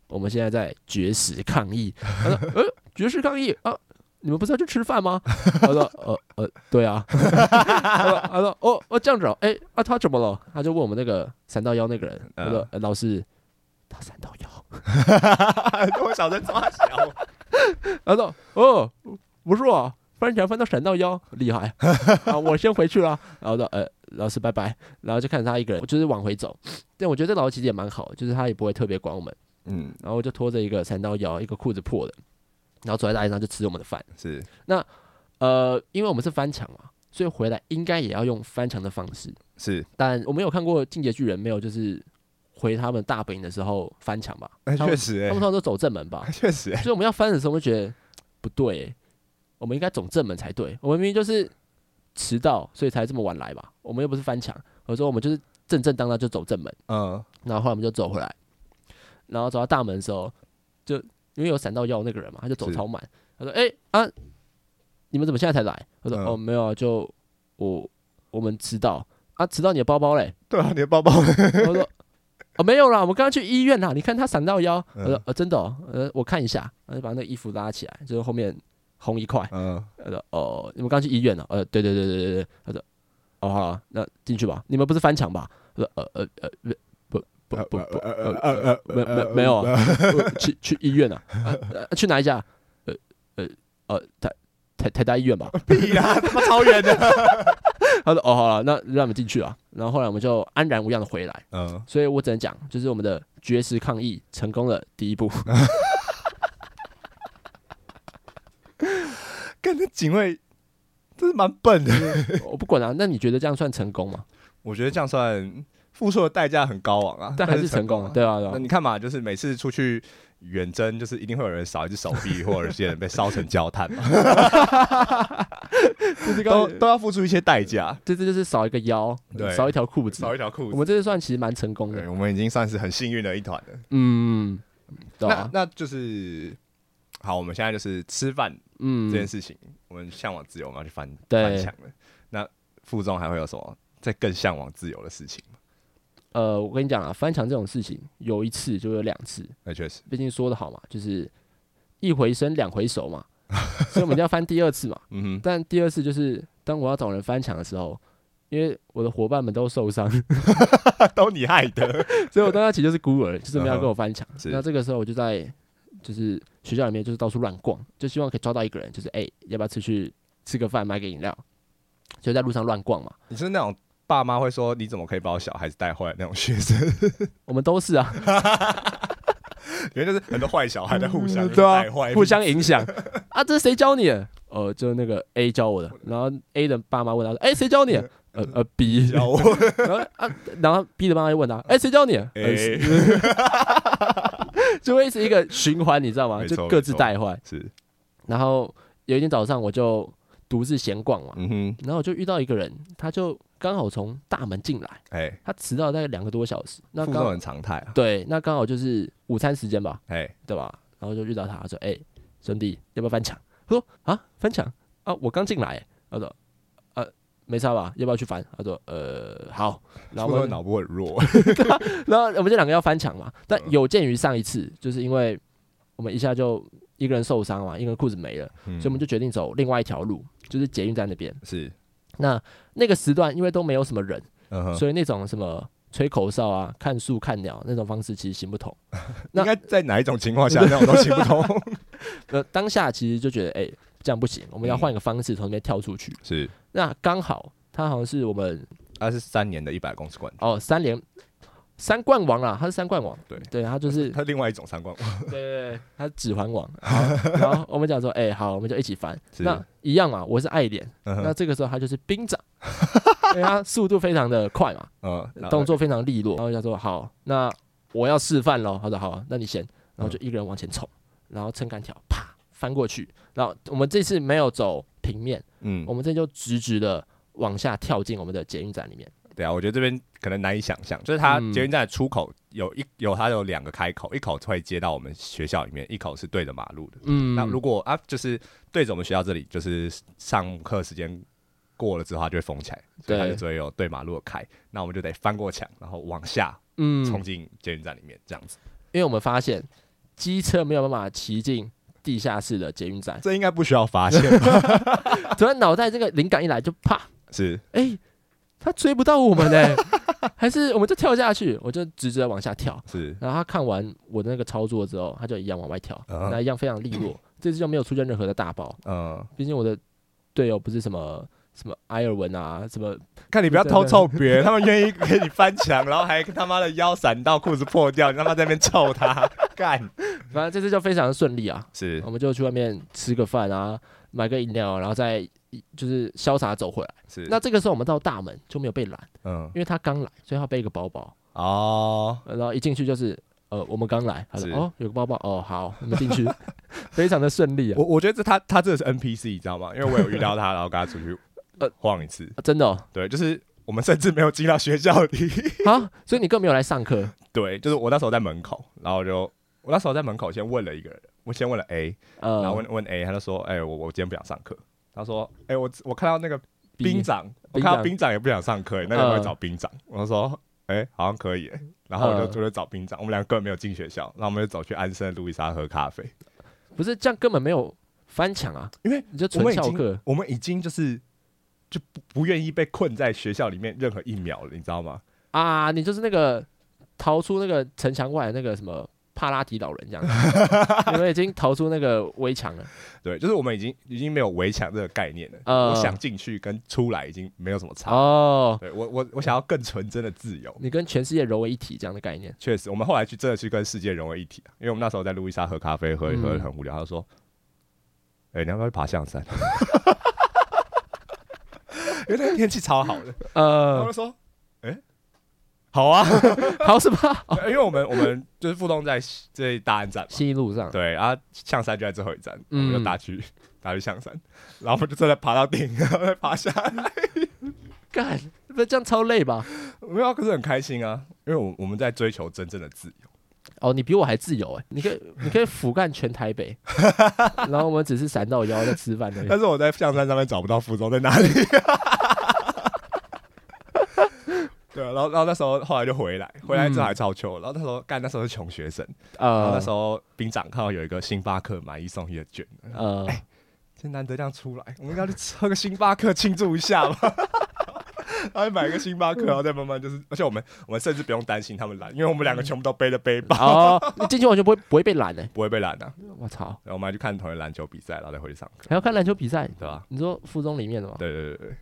Speaker 1: 我们现在在绝食抗议。”他说：“呃，绝食抗议啊，你们不是要去吃饭吗？” 他说：“呃呃，对啊。 他说”他说：“哦哦，这样子哦，哎啊，他怎么了？”他就问我们那个闪到腰那个人，他说：“呃、老师，他闪到腰。
Speaker 2: 嗯 我小声抓小。”
Speaker 1: 他说：“哦， 不是啊，翻墙翻到闪到腰，厉害啊！我先回去了。”然后说：“呃，老师拜拜，然后就看着他一个人，我就是往回走。但我觉得这老师其实也蛮好的，就是他也不会特别管我们。
Speaker 2: 嗯，
Speaker 1: 然后我就拖着一个三刀腰，一个裤子破的，然后走在大街上就吃我们的饭。
Speaker 2: 是
Speaker 1: 呃，因为我们是翻墙嘛，所以回来应该也要用翻墙的方式。
Speaker 2: 是，
Speaker 1: 但我们有看过《进击的巨人》没有？就是回他们大本营的时候翻墙吧，
Speaker 2: 哎，
Speaker 1: 他
Speaker 2: 确
Speaker 1: 们
Speaker 2: 实
Speaker 1: 他们通
Speaker 2: 哎，
Speaker 1: 常都走正门吧。
Speaker 2: 确实哎，
Speaker 1: 所以我们要翻的时候，我们就觉得不对欸、我们应该走正门才对。我们明明就是迟到，所以才这么晚来吧。我们又不是翻墙，我说我们就是正正当当就走正门。
Speaker 2: 嗯，
Speaker 1: 然后后来我们就走回来，然后走到大门的时候，就因为有闪到腰那个人嘛，他就走
Speaker 2: 是
Speaker 1: 超慢。他说：“哎、啊，你们怎么现在才来？”我说：“
Speaker 2: 嗯
Speaker 1: 哦，没有啊，就我我们迟到啊，迟到你的包包嘞。”
Speaker 2: 对啊，你的包包，
Speaker 1: 我说。哦，没有啦，我们刚刚去医院啦。你看他闪到腰，
Speaker 2: 嗯
Speaker 1: 我说呃，真的、哦，呃，我看一下，然后就把那个衣服拉起来，就是后面红一块。
Speaker 2: 嗯，
Speaker 1: 他说哦，你们刚去医院了、呃，对对对对对对。他说哦，好了，那进去吧。你们不是翻墙吧？我说呃呃呃，不不不不，呃
Speaker 2: 呃呃
Speaker 1: 没没没有，啊，呃 去去医 院啊？啊呃去哪一家？呃呃呃，台台台大医院吧。
Speaker 2: 屁啦，他妈超远的，
Speaker 1: 他说哦，好了，那让我们进去啊。然后后来我们就安然无恙的回来。
Speaker 2: 嗯，
Speaker 1: 所以我只能讲，就是我们的绝食抗议成功了第一步。
Speaker 2: 跟那警卫真是蛮笨的，
Speaker 1: 我不管啊，那你觉得这样算成功吗？
Speaker 2: 我觉得这样算付出的代价很高昂啊，
Speaker 1: 但还是成
Speaker 2: 成
Speaker 1: 功了，
Speaker 2: 啊。
Speaker 1: 对啊，对
Speaker 2: 那
Speaker 1: 啊。
Speaker 2: 你看嘛，就是每次出去远征，就是一定会有人少一只手臂，或者有些人被烧成焦炭嘛，
Speaker 1: 这
Speaker 2: 都
Speaker 1: 个
Speaker 2: 都要付出一些代价。
Speaker 1: 这这就是少一个腰，
Speaker 2: 对
Speaker 1: 少一条裤子。
Speaker 2: 一条裤
Speaker 1: 我，们这次算其实蛮成功
Speaker 2: 对，
Speaker 1: 的，
Speaker 2: 我们已经算是很幸运的一团了。
Speaker 1: 嗯，对
Speaker 2: 那
Speaker 1: 啊，
Speaker 2: 那就是好，我们现在就是吃饭这件
Speaker 1: 嗯，
Speaker 2: 事情，我们向往自由嘛，就翻
Speaker 1: 对
Speaker 2: 翻墙了。那附中还会有什么再更向往自由的事情吗？
Speaker 1: 呃，我跟你讲啊，翻墙这种事情，有一次就有两次，
Speaker 2: 那确实，
Speaker 1: 毕竟说的好嘛，就是一回生两回熟 嘛，所以我们一定要翻第二次嘛。
Speaker 2: 嗯
Speaker 1: 但第二次就是当我要找人翻墙的时候，因为我的伙伴们都受伤，
Speaker 2: 哼，都你害 的。
Speaker 1: 所以我当时其实就是孤儿，就是没有
Speaker 2: 嗯哼
Speaker 1: 跟我翻墙。
Speaker 2: 是
Speaker 1: 那这个时候我就在就是学校里面就是到处乱逛，就希望可以抓到一个人，就是哎、要不要出去吃个饭，买个饮料？就在路上乱逛嘛，
Speaker 2: 你是那种爸妈会说你怎么可以把我小孩子带坏的那种学生，
Speaker 1: 我们都是啊，
Speaker 2: 原来就是很多坏小孩在嗯互相
Speaker 1: 对啊
Speaker 2: 带坏，
Speaker 1: 互相影 响啊。这是谁教你的？呃，就那个 A 教我的。然后 A 的爸妈问他说：“哎、谁教你
Speaker 2: 嗯
Speaker 1: 的？”呃呃 B，
Speaker 2: 教我。
Speaker 1: 然后啊，然后 B 的妈妈就问他：“哎、谁教你的？”呃，
Speaker 2: 嗯哎
Speaker 1: 就会是一个循环，你知道吗？
Speaker 2: 没
Speaker 1: 就
Speaker 2: 错
Speaker 1: 各自
Speaker 2: 没错
Speaker 1: 带坏。
Speaker 2: 是，
Speaker 1: 然后有一天早上，我就独自闲逛嘛，
Speaker 2: 嗯哼，
Speaker 1: 然后我就遇到一个人，他就刚好从大门进来，
Speaker 2: 哎，
Speaker 1: 他迟到大概两个多小时。那
Speaker 2: 附
Speaker 1: 刚
Speaker 2: 中
Speaker 1: 好
Speaker 2: 很常态啊，
Speaker 1: 对，那刚好就是午餐时间吧，
Speaker 2: 哎，
Speaker 1: 对吧？然后就遇到他，他说：“哎、兄弟，要不要翻墙？”他说：“啊，翻墙啊，我刚进来、他说：“呃，没差吧？要不要去翻？”他说：“呃，好。”然
Speaker 2: 附
Speaker 1: 后我
Speaker 2: 中的
Speaker 1: 们
Speaker 2: 脑波很 弱，
Speaker 1: 然后我们这两个要翻墙嘛，
Speaker 2: 嗯
Speaker 1: 但有鉴于上一次，就是因为我们一下就一个人受伤嘛，一个人裤子没了，
Speaker 2: 嗯
Speaker 1: 所以我们就决定走另外一条路，就是捷运站那边。
Speaker 2: 是，
Speaker 1: 那那个时段因为都没有什么人，
Speaker 2: 嗯哼，
Speaker 1: 所以那种什么吹口哨啊、看树、看鸟那种方式其实行不通。那
Speaker 2: 应该在哪一种情况下那种都行不 通？
Speaker 1: 呃，当下其实就觉得，哎、这样不行，我们要换一个方式从那边跳出去。
Speaker 2: 是，
Speaker 1: 那刚好他好像是我们
Speaker 2: 他是三年的一百公尺冠军，
Speaker 1: 哦三连三冠王啦，他是三冠王，
Speaker 2: 对
Speaker 1: 对，他就是
Speaker 2: 他另外一种三冠王，
Speaker 1: 对对对，他是指环王。 好然后我们讲说，哎、好，我们就一起翻。
Speaker 2: 是
Speaker 1: 那一样嘛，我是爱莲，
Speaker 2: 嗯
Speaker 1: 那
Speaker 2: 哼
Speaker 1: 这个时候他就是兵长， 因为他速度非常的快嘛，
Speaker 2: 嗯，然后
Speaker 1: 动作非常利落，然后就说好，那我要示范喽。他说好啊，那你先，然后
Speaker 2: 嗯
Speaker 1: 就一个人往前冲，然后撑杆条啪翻过去，然后我们这次没有走平面，
Speaker 2: 嗯
Speaker 1: 我，们这就直直的往下跳进我们的捷运站里面。
Speaker 2: 对啊，我觉得这边可能难以想象，就是它
Speaker 1: 嗯
Speaker 2: 捷运站的出口有一有它有两个开口，一口会接到我们学校里面，一口是对着马路的。
Speaker 1: 嗯
Speaker 2: 那如果啊，就是对着我们学校这里，就是上课时间过了之后，它就会封起来，所以它
Speaker 1: 对
Speaker 2: 就只会有对马路的开。那我们就得翻过墙，然后往下
Speaker 1: 嗯，
Speaker 2: 冲进捷运站里面，这样子。
Speaker 1: 因为我们发现机车没有办法骑进地下室的捷运站，
Speaker 2: 这应该不需要发现吧？
Speaker 1: 突然脑袋这个灵感一来就啪，
Speaker 2: 是，
Speaker 1: 哎、他追不到我们呢、还是我们就跳下去，我就直直的往下跳。
Speaker 2: 是，
Speaker 1: 然后他看完我的那个操作之后，他就一样往外跳，
Speaker 2: 啊
Speaker 1: 那一样非常利落。这次就没有出现任何的大包，
Speaker 2: 嗯，
Speaker 1: 毕竟我的队友不是什么什么埃尔文啊，什么
Speaker 2: 看你不要偷臭别人，他们愿意给你翻墙，然后还他妈的腰闪到裤子破掉，你他妈在那边臭他干
Speaker 1: 反正这次就非常顺利啊，
Speaker 2: 是
Speaker 1: 我们就去外面吃个饭啊，买个饮料，然后再就是潇洒走回来。
Speaker 2: 是
Speaker 1: 那这个时候我们到大门就没有被拦，
Speaker 2: 嗯
Speaker 1: 因为他刚来，所以他背一个包包，
Speaker 2: 哦
Speaker 1: 然后一进去就是呃我们刚来，他说
Speaker 2: 是
Speaker 1: 哦有个包包哦好，我们进 去，非常的顺利啊
Speaker 2: 我，我觉得这他他真的是 NPC，你知道吗？因为我有遇到他，然后跟他出去
Speaker 1: 呃
Speaker 2: 晃一次，
Speaker 1: 啊真的哦
Speaker 2: 对，就是我们甚至没有进到学校里，
Speaker 1: 啊，所以你更没有来上课，
Speaker 2: 对，就是我那时候在门口，然后就我那时候在门口先问了一个人，我先问了 A，然后
Speaker 1: 呃
Speaker 2: 问问 A，他就说，哎、我我今天不想上课，他说，哎、我我看到那个
Speaker 1: 毕业
Speaker 2: 兵长，我
Speaker 1: 兵
Speaker 2: 看到
Speaker 1: 长
Speaker 2: 兵长也不想上课，那个会
Speaker 1: 嗯
Speaker 2: 找兵长，我就说，哎、好像可以耶，然后我就
Speaker 1: 嗯
Speaker 2: 我就找兵长，我们两个根本没有进学校，然后我们就走去安生的路易莎喝咖啡，
Speaker 1: 不是这样根本没有翻墙啊，
Speaker 2: 因为
Speaker 1: 你就
Speaker 2: 我
Speaker 1: 纯
Speaker 2: 们已
Speaker 1: 翘
Speaker 2: 经
Speaker 1: 课，
Speaker 2: 我们已经就是就不不愿意被困在学校里面任何一秒了，你知道吗？
Speaker 1: 啊，你就是那个逃出那个城墙外的那个什么帕拉提老人这 样子，你们已经逃出那个围墙了。
Speaker 2: 对，就是我们已经已经没有围墙这个概念了，
Speaker 1: 嗯
Speaker 2: 我想进去跟出来已经没有什么差。
Speaker 1: 哦，
Speaker 2: 对我我我想要更纯真的自由。
Speaker 1: 你跟全世界融为一体这样的概念，
Speaker 2: 确实，我们后来去真的去跟世界融为一体啊，因为我们那时候在路易莎喝咖啡，喝一
Speaker 1: 嗯
Speaker 2: 喝很无聊，他就说：“哎、你要不要去爬象山？” 因为那个天气超好的，他
Speaker 1: 呃
Speaker 2: 就，说：“哎、好啊，
Speaker 1: 好是吧？哦
Speaker 2: 因为我们我们就是附中在这大安站嘛，
Speaker 1: 新一路上，
Speaker 2: 对，啊，象山就在最后一站，我
Speaker 1: 嗯
Speaker 2: 们就打去打去象山，然后我们就真的爬到顶， 然后再爬下来。
Speaker 1: 干，不是这样超累吧？
Speaker 2: 没有啊，可是很开心啊，因为我我们在追求真正的自由。
Speaker 1: 哦，你比我还自由哎、你可以你可以俯瞰全台 北，然后我们只是闪到腰在吃饭而已。
Speaker 2: 但是我在象山上面找不到附中在哪里。 对啊，然后然后那时候后来就回来，回来之后还超糗。然后那时候干那时候是穷学生，然后
Speaker 1: 呃
Speaker 2: 那时候兵长看到有一个星巴克买一送一的券，
Speaker 1: 呃，
Speaker 2: 哎真难得这样出来，我们应该去喝个星巴克庆祝一下 吧。然后买个星巴克，然后再慢慢就是，而且我们我们甚至不用担心他们懒，因为我们两个全部都背着背包，
Speaker 1: 哦，你进去完全不会不会被拦哎、
Speaker 2: 不会被懒的、
Speaker 1: 我操，
Speaker 2: 然后我们还去看同一篮球比赛，然后再回去上课，
Speaker 1: 还要看篮球比赛？
Speaker 2: 对吧、
Speaker 1: 你说附中里面的吗？
Speaker 2: 对对对对，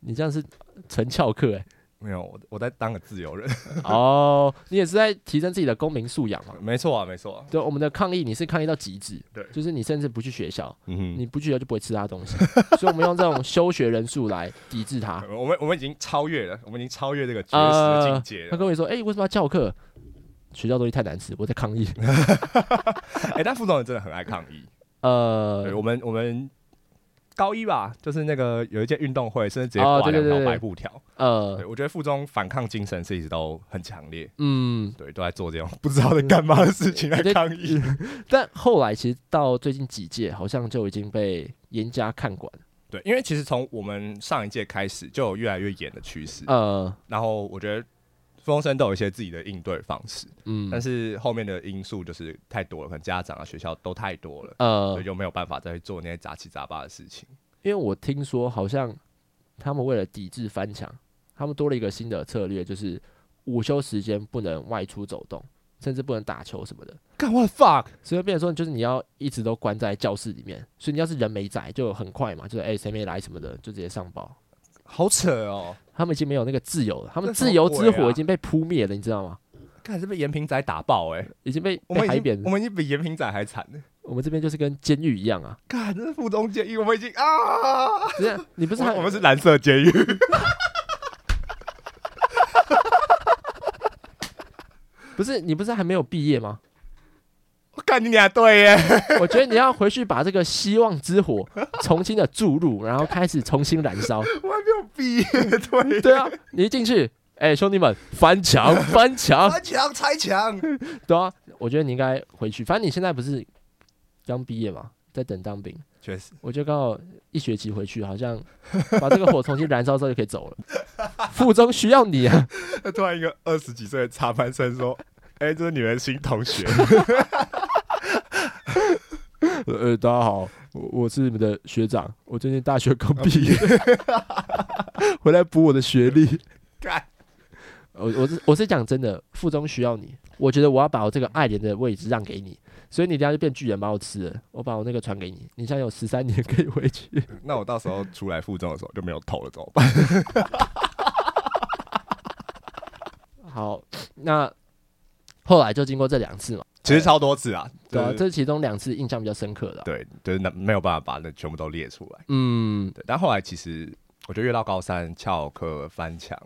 Speaker 1: 你这样是纯翘课哎、
Speaker 2: 没有，我我在当个 自由人，
Speaker 1: 哦，你也是在提升自己的公民素养嘛？
Speaker 2: 没错啊，没错、啊，
Speaker 1: 对，我们的抗议你是抗议到极致，
Speaker 2: 对
Speaker 1: 就是你甚至不去学校，
Speaker 2: 嗯哼
Speaker 1: 你不去学校就不会吃他 东西，所以我们用这种休学人数来抵制他。
Speaker 2: 我们我们已经超越了，我们已经超越这个绝食的境界
Speaker 1: 他
Speaker 2: 了。
Speaker 1: 跟我说：“哎、为什么要翘课？学校东西太难吃，我在抗 议。
Speaker 2: 哎、但副总真的很爱抗议。”
Speaker 1: 呃
Speaker 2: 对，，我们我们高一吧，就是那个有一届运动会，甚至直接
Speaker 1: 哦
Speaker 2: 挂
Speaker 1: 对
Speaker 2: 两
Speaker 1: 对
Speaker 2: 条
Speaker 1: 对
Speaker 2: 白布条。
Speaker 1: 呃
Speaker 2: 对，，我觉得附中反抗精神是一直都很强烈，
Speaker 1: 嗯，
Speaker 2: 对，都在做这种 不知道在干嘛的事情来
Speaker 1: 对嗯
Speaker 2: 抗议。
Speaker 1: 但后来其实到最近几届，好像就已经被严加看管。
Speaker 2: 对，因为其实从我们上一届开始就有越来越严的趋势，
Speaker 1: 呃，
Speaker 2: 然后我觉得附中生都有一些自己的应对方式，
Speaker 1: 嗯
Speaker 2: 但，是后面的因素就是太多了，可能家长啊、学校都太多了，
Speaker 1: 呃
Speaker 2: 所以，就没有办法再去做那些杂七杂八的事情。
Speaker 1: 因为我听说好像他们为了抵制翻墙，他们多了一个新的策略，就是午休时间不能外出走动，甚至不能打球什么的。
Speaker 2: 干 what the fuck！
Speaker 1: 所以变成说，就是你要一直都关在教室里面，所以你要是人没在，就很快嘛，就是哎谁、没来什么的，就直接上报。
Speaker 2: 好扯哦！
Speaker 1: 他们已经没有那个自由了，他们
Speaker 2: 这什么
Speaker 1: 自由之
Speaker 2: 鬼啊
Speaker 1: 火已经被扑灭了，你知道吗？
Speaker 2: 看是被延平仔打爆哎、
Speaker 1: 已经被
Speaker 2: 我
Speaker 1: 被
Speaker 2: 们
Speaker 1: 海
Speaker 2: 已
Speaker 1: 扁
Speaker 2: 经我。们已经比延平仔还惨呢。
Speaker 1: 我们这边就是跟监狱一样 啊，
Speaker 2: 看这是附中监狱，我们已经啊！
Speaker 1: 这样你不
Speaker 2: 不
Speaker 1: 是
Speaker 2: 是，
Speaker 1: 还
Speaker 2: 我们是蓝色监狱。
Speaker 1: 不是你不是还没有毕业吗？
Speaker 2: 我干你俩对耶！
Speaker 1: 我觉得你要回去把这个希望之火重新的注 入，然后开始重新燃 烧。
Speaker 2: 我还没有毕业，对。
Speaker 1: 对啊，你一进去，哎、兄弟们，翻 墙，翻墙，
Speaker 2: 翻墙拆墙，
Speaker 1: 对啊，我觉得你应该回去。反正你现在不是刚毕业嘛，在等当兵，
Speaker 2: 确实，
Speaker 1: 我就刚好一学期回去，好 像把这个火重新燃烧之后就可以走了。附中需要你啊，
Speaker 2: 突然一个二十几岁的插班生说：“哎、这是你们新同学。
Speaker 1: 呃，大家好，我我是你们的学长，我最近大学刚毕业，回来补我的学历。”
Speaker 2: 干，
Speaker 1: 我我是我是讲真的，附中需要你，我觉得我要把我这个爱莲的位置让给你，所以你等下就变巨人把我吃了，我把我那个传给你，你现在有十三年可以回去。
Speaker 2: 那我到时候出来附中的时候就没有头了，怎么办？
Speaker 1: 好，那后来就经过这两次嘛，
Speaker 2: 其实超多次啊，
Speaker 1: 对啊，
Speaker 2: 就是
Speaker 1: 这其中两次印象比较深刻的啊、
Speaker 2: 对，就是那没有办法把那全部都列出来。
Speaker 1: 嗯，
Speaker 2: 对，但后来其实我觉得越到高三，翘课翻墙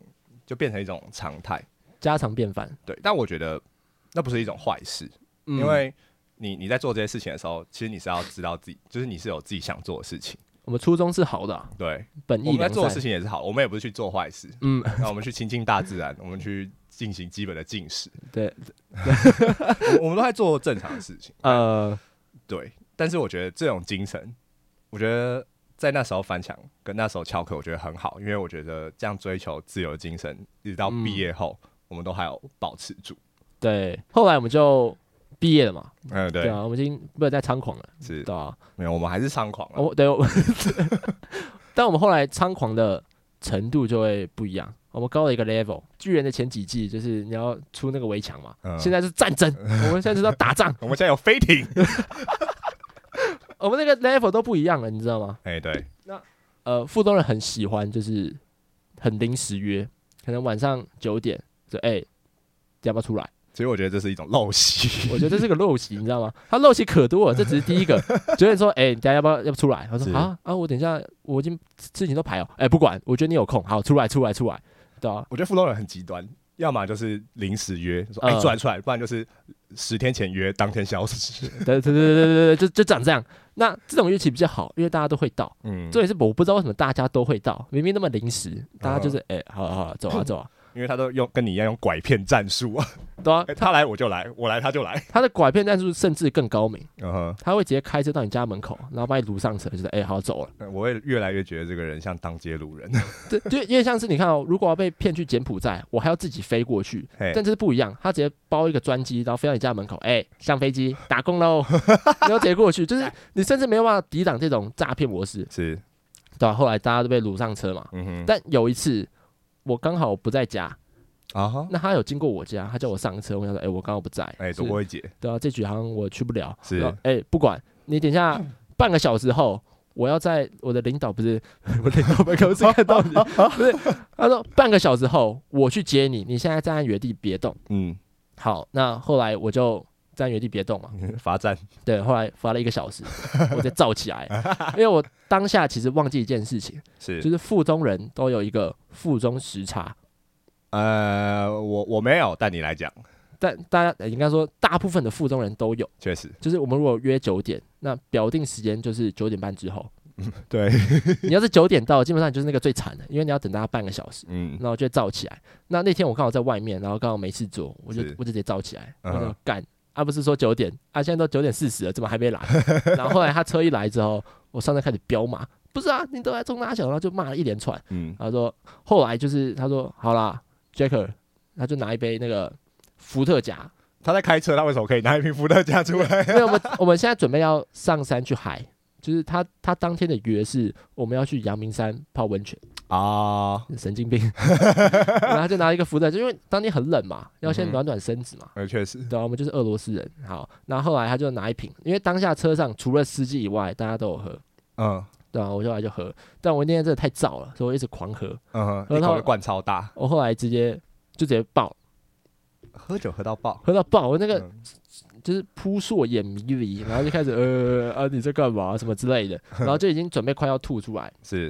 Speaker 2: 就变成一种常态。
Speaker 1: 家常便饭，
Speaker 2: 对，但我觉得那不是一种坏事，
Speaker 1: 嗯
Speaker 2: 因为你你在做这些事情的时候，其实你是要知道自己，就是你是有自己想做的事情。
Speaker 1: 我们初衷是好的啊、
Speaker 2: 对，
Speaker 1: 本
Speaker 2: 我
Speaker 1: 意
Speaker 2: 们在
Speaker 1: 良
Speaker 2: 做的事
Speaker 1: 善。
Speaker 2: 情也是好，我们也不是去做坏事，
Speaker 1: 嗯，
Speaker 2: 那我们去亲近大自然，我们去进行基本的进食，
Speaker 1: 对，
Speaker 2: 我我们都在做正常的事情。
Speaker 1: 呃，
Speaker 2: 对，但是我觉得这种精神，我觉得在那时候翻墙跟那时候翘课，我觉得很好，因为我觉得这样追求自由的精神，一直到
Speaker 1: 嗯
Speaker 2: 毕业后，我们都还有保持住。
Speaker 1: 对，后来我们就毕业了嘛，
Speaker 2: 嗯，对，
Speaker 1: 对啊，我们已经不能再猖狂了，
Speaker 2: 是
Speaker 1: 对啊，
Speaker 2: 没有，我们还是猖狂了。啊
Speaker 1: 哦我对，我但我们后来猖狂的程度就会不一样。我们高了一个 level。巨人的前几季就是你要出那个围墙嘛，
Speaker 2: 嗯
Speaker 1: 现在是战争，我们现在就是要打仗，
Speaker 2: 我们现在有飞艇。
Speaker 1: 我们那个 level 都不一样了，你知道吗？
Speaker 2: 哎、对，
Speaker 1: 呃，附中人很喜欢就是很临时约，可能晚上九点就哎、要不要出来？
Speaker 2: 其实我觉得这是一种陋 习。
Speaker 1: 我觉得这是个陋习，你知道吗？他陋习可多了，这只是第一 个。九点说，哎、你等一下要不要要不要出来？他说
Speaker 2: 是
Speaker 1: 啊啊，我等一下我已经事情都排好，哎、不管，我觉得你有空，好出来出来出来，对啊，
Speaker 2: 我觉得富州人很极端，要么就是临时约，说哎、
Speaker 1: 嗯
Speaker 2: 出来出来，不然就是十天前约，当天消失。
Speaker 1: 对对对对对对，就就长这样。那这种乐器比较好，因为大家都会到。
Speaker 2: 嗯，
Speaker 1: 这也是我不知道为什么大家都会到，明明那么临时，大家就是哎、
Speaker 2: 嗯
Speaker 1: 好啊好啊 走啊走啊，
Speaker 2: 因为他都用跟你一样用拐骗战术啊，
Speaker 1: 对啊
Speaker 2: 哎。他来我就来，我来他就来。
Speaker 1: 他的拐骗战术甚至更高明，
Speaker 2: 嗯哼，
Speaker 1: 他会直接开车到你家门口，然后把你掳上车，就是哎、好走了。
Speaker 2: 嗯我会越来越觉得这个人像当街路人。
Speaker 1: 这就因为像是你看哦，如果要被骗去柬埔寨，我还要自己飞过去，
Speaker 2: 嘿
Speaker 1: 但这是不一样，他直接包一个专机，然后飞到你家门口，哎、上飞 机打工喽，然后直接过去，就是你甚至没有办法抵挡这种诈骗模式，
Speaker 2: 是，
Speaker 1: 对吧、后来大家都被掳上车嘛，
Speaker 2: 嗯哼，
Speaker 1: 但有一次我刚好不在家，
Speaker 2: 啊哈，
Speaker 1: 那他有经过我家，他叫我上车，我想说，哎、我刚好不在，
Speaker 2: 哎，
Speaker 1: 是
Speaker 2: 多会姐，
Speaker 1: 对啊，这局好像我去不了，
Speaker 2: 是
Speaker 1: 然后哎、不管你等一 下半个小时后。我要在我的领导不是 我领导办公室看到你，不是他说半个小时后我去接你，你现在站在原地别动。
Speaker 2: 嗯，
Speaker 1: 好，那后来我就站在原地别动嘛，
Speaker 2: 罚站，，
Speaker 1: 对，后来罚了一个小时，我再燥起来，因为我当下其实忘记一件事情，就是是附中人都有一个附中时差，
Speaker 2: 呃，我我没有，但你来讲，
Speaker 1: 但大家呃应该说大部分的附中人都有，
Speaker 2: 确实，
Speaker 1: 就是我们如果约九点，那表定时间就是九点半之后。
Speaker 2: 对，
Speaker 1: 你要是九点到，基本上你就是那个最惨的，因为你要等大家半个小时，
Speaker 2: 嗯，
Speaker 1: 然后就会燥起来。那那天我刚好在外面，然后刚好没事做，我就是我就直接燥起来，我
Speaker 2: 嗯哼
Speaker 1: 就干。啊，不是说九点，啊，现在都九点四十了，怎么还没来？ 然后后来他车一来之后，我上车开始飙骂，不是啊，你都在中大小，然后就骂了一连串。
Speaker 2: 嗯，
Speaker 1: 他说后来就是他说好啦，Jacker，他就拿一杯那个伏特加，
Speaker 2: 他在开车，他为什么可以拿一瓶伏特加出来？
Speaker 1: 因为我们我们现在准备要上山去海，就是他他当天的约是我们要去阳明山泡温泉，
Speaker 2: 啊，
Speaker 1: 神经 病。然后他就拿一个浮的，就因为当天很冷嘛，要
Speaker 2: 嗯
Speaker 1: 先
Speaker 2: 哼
Speaker 1: 暖暖身子嘛。
Speaker 2: 呃，确实，
Speaker 1: 对啊，我们就是俄罗斯人。好，那后来他就拿一瓶，因为当下车上除了司机以外，大家都有喝。
Speaker 2: 嗯
Speaker 1: 对啊，我就来就喝，但我那天真的太燥了，所以我一直狂喝。
Speaker 2: 嗯
Speaker 1: 喝
Speaker 2: 哼，一
Speaker 1: 到
Speaker 2: 口就灌超大，
Speaker 1: 我后来直接就直接爆，
Speaker 2: 喝酒喝到爆。
Speaker 1: 喝到爆，我那个
Speaker 2: 嗯
Speaker 1: 就是扑朔也迷离，然后就开始呃啊你在干嘛什么之类 的，然后就已经准备快要吐出来。
Speaker 2: 是，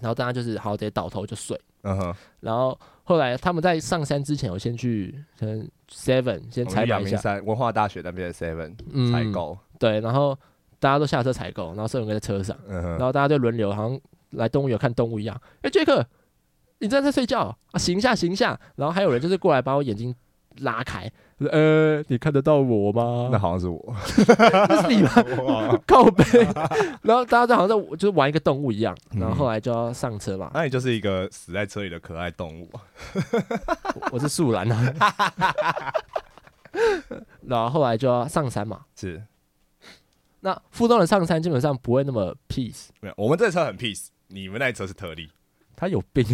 Speaker 1: 然后大家就是好直接倒头就睡。
Speaker 2: 嗯哼，
Speaker 1: 然后后来他们在上山之前，有先去可能 Seven 先
Speaker 2: 我
Speaker 1: 采
Speaker 2: 哦
Speaker 1: 买
Speaker 2: 们去阳
Speaker 1: 一
Speaker 2: 明
Speaker 1: 下，
Speaker 2: 山文化大学那边的 Seven
Speaker 1: 嗯
Speaker 2: 采购，
Speaker 1: 对，然后大家都下车采购，然后盛文哥在车上，
Speaker 2: 嗯
Speaker 1: 然
Speaker 2: 哼，
Speaker 1: 后大家就轮流，好像来动物园看动物一样。哎、杰克，你正在睡觉啊？醒一下，醒一下。然后还有人就是过来把我眼睛拉开，就说呃，你看得到我
Speaker 2: 那
Speaker 1: 吗？
Speaker 2: 好像是我，
Speaker 1: 那是你吗？靠 背。然后大家就好像在就是玩一个动物一样，
Speaker 2: 嗯
Speaker 1: 然后后来就要上车 嘛。
Speaker 2: 那你就是一个死在车里的可爱动物。
Speaker 1: 我我是素兰啊。 然后后来就要上山嘛。
Speaker 2: 是，
Speaker 1: 那附中的上山基本上不会那么 peace，
Speaker 2: 没有，我们这车很 peace，你们那车是特例。
Speaker 1: 他有 病。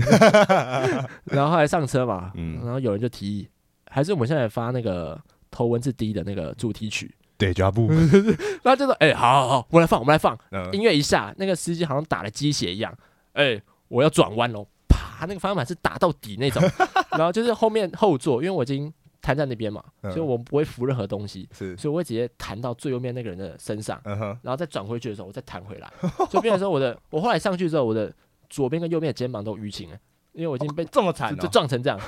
Speaker 1: 然后后来上车嘛，
Speaker 2: 嗯
Speaker 1: 然后有人就提议，还是我们现在发那个头文字 D 的那个主题曲。
Speaker 2: 对，抓不，
Speaker 1: 然后就说，哎、好好好，我来放，我们来放。
Speaker 2: 嗯
Speaker 1: 音乐一下，那个司机好像打了鸡血一样，哎、我要转弯喽，啪，那个方向盘是打到底 那种。然后就是后面后座，因为我已经瘫在那边嘛，
Speaker 2: 嗯
Speaker 1: 所以我不会扶任何东西，
Speaker 2: 是，
Speaker 1: 所以我会直接弹到最右面那个人的身上。
Speaker 2: 嗯哼，
Speaker 1: 然后再转回去的时候，我再弹回来，就变成说我的，我后来上去之后，我的左边跟右边的肩膀都淤青了，因为我已经被、
Speaker 2: 这么惨
Speaker 1: 就就
Speaker 2: 哦，
Speaker 1: 撞成 这样，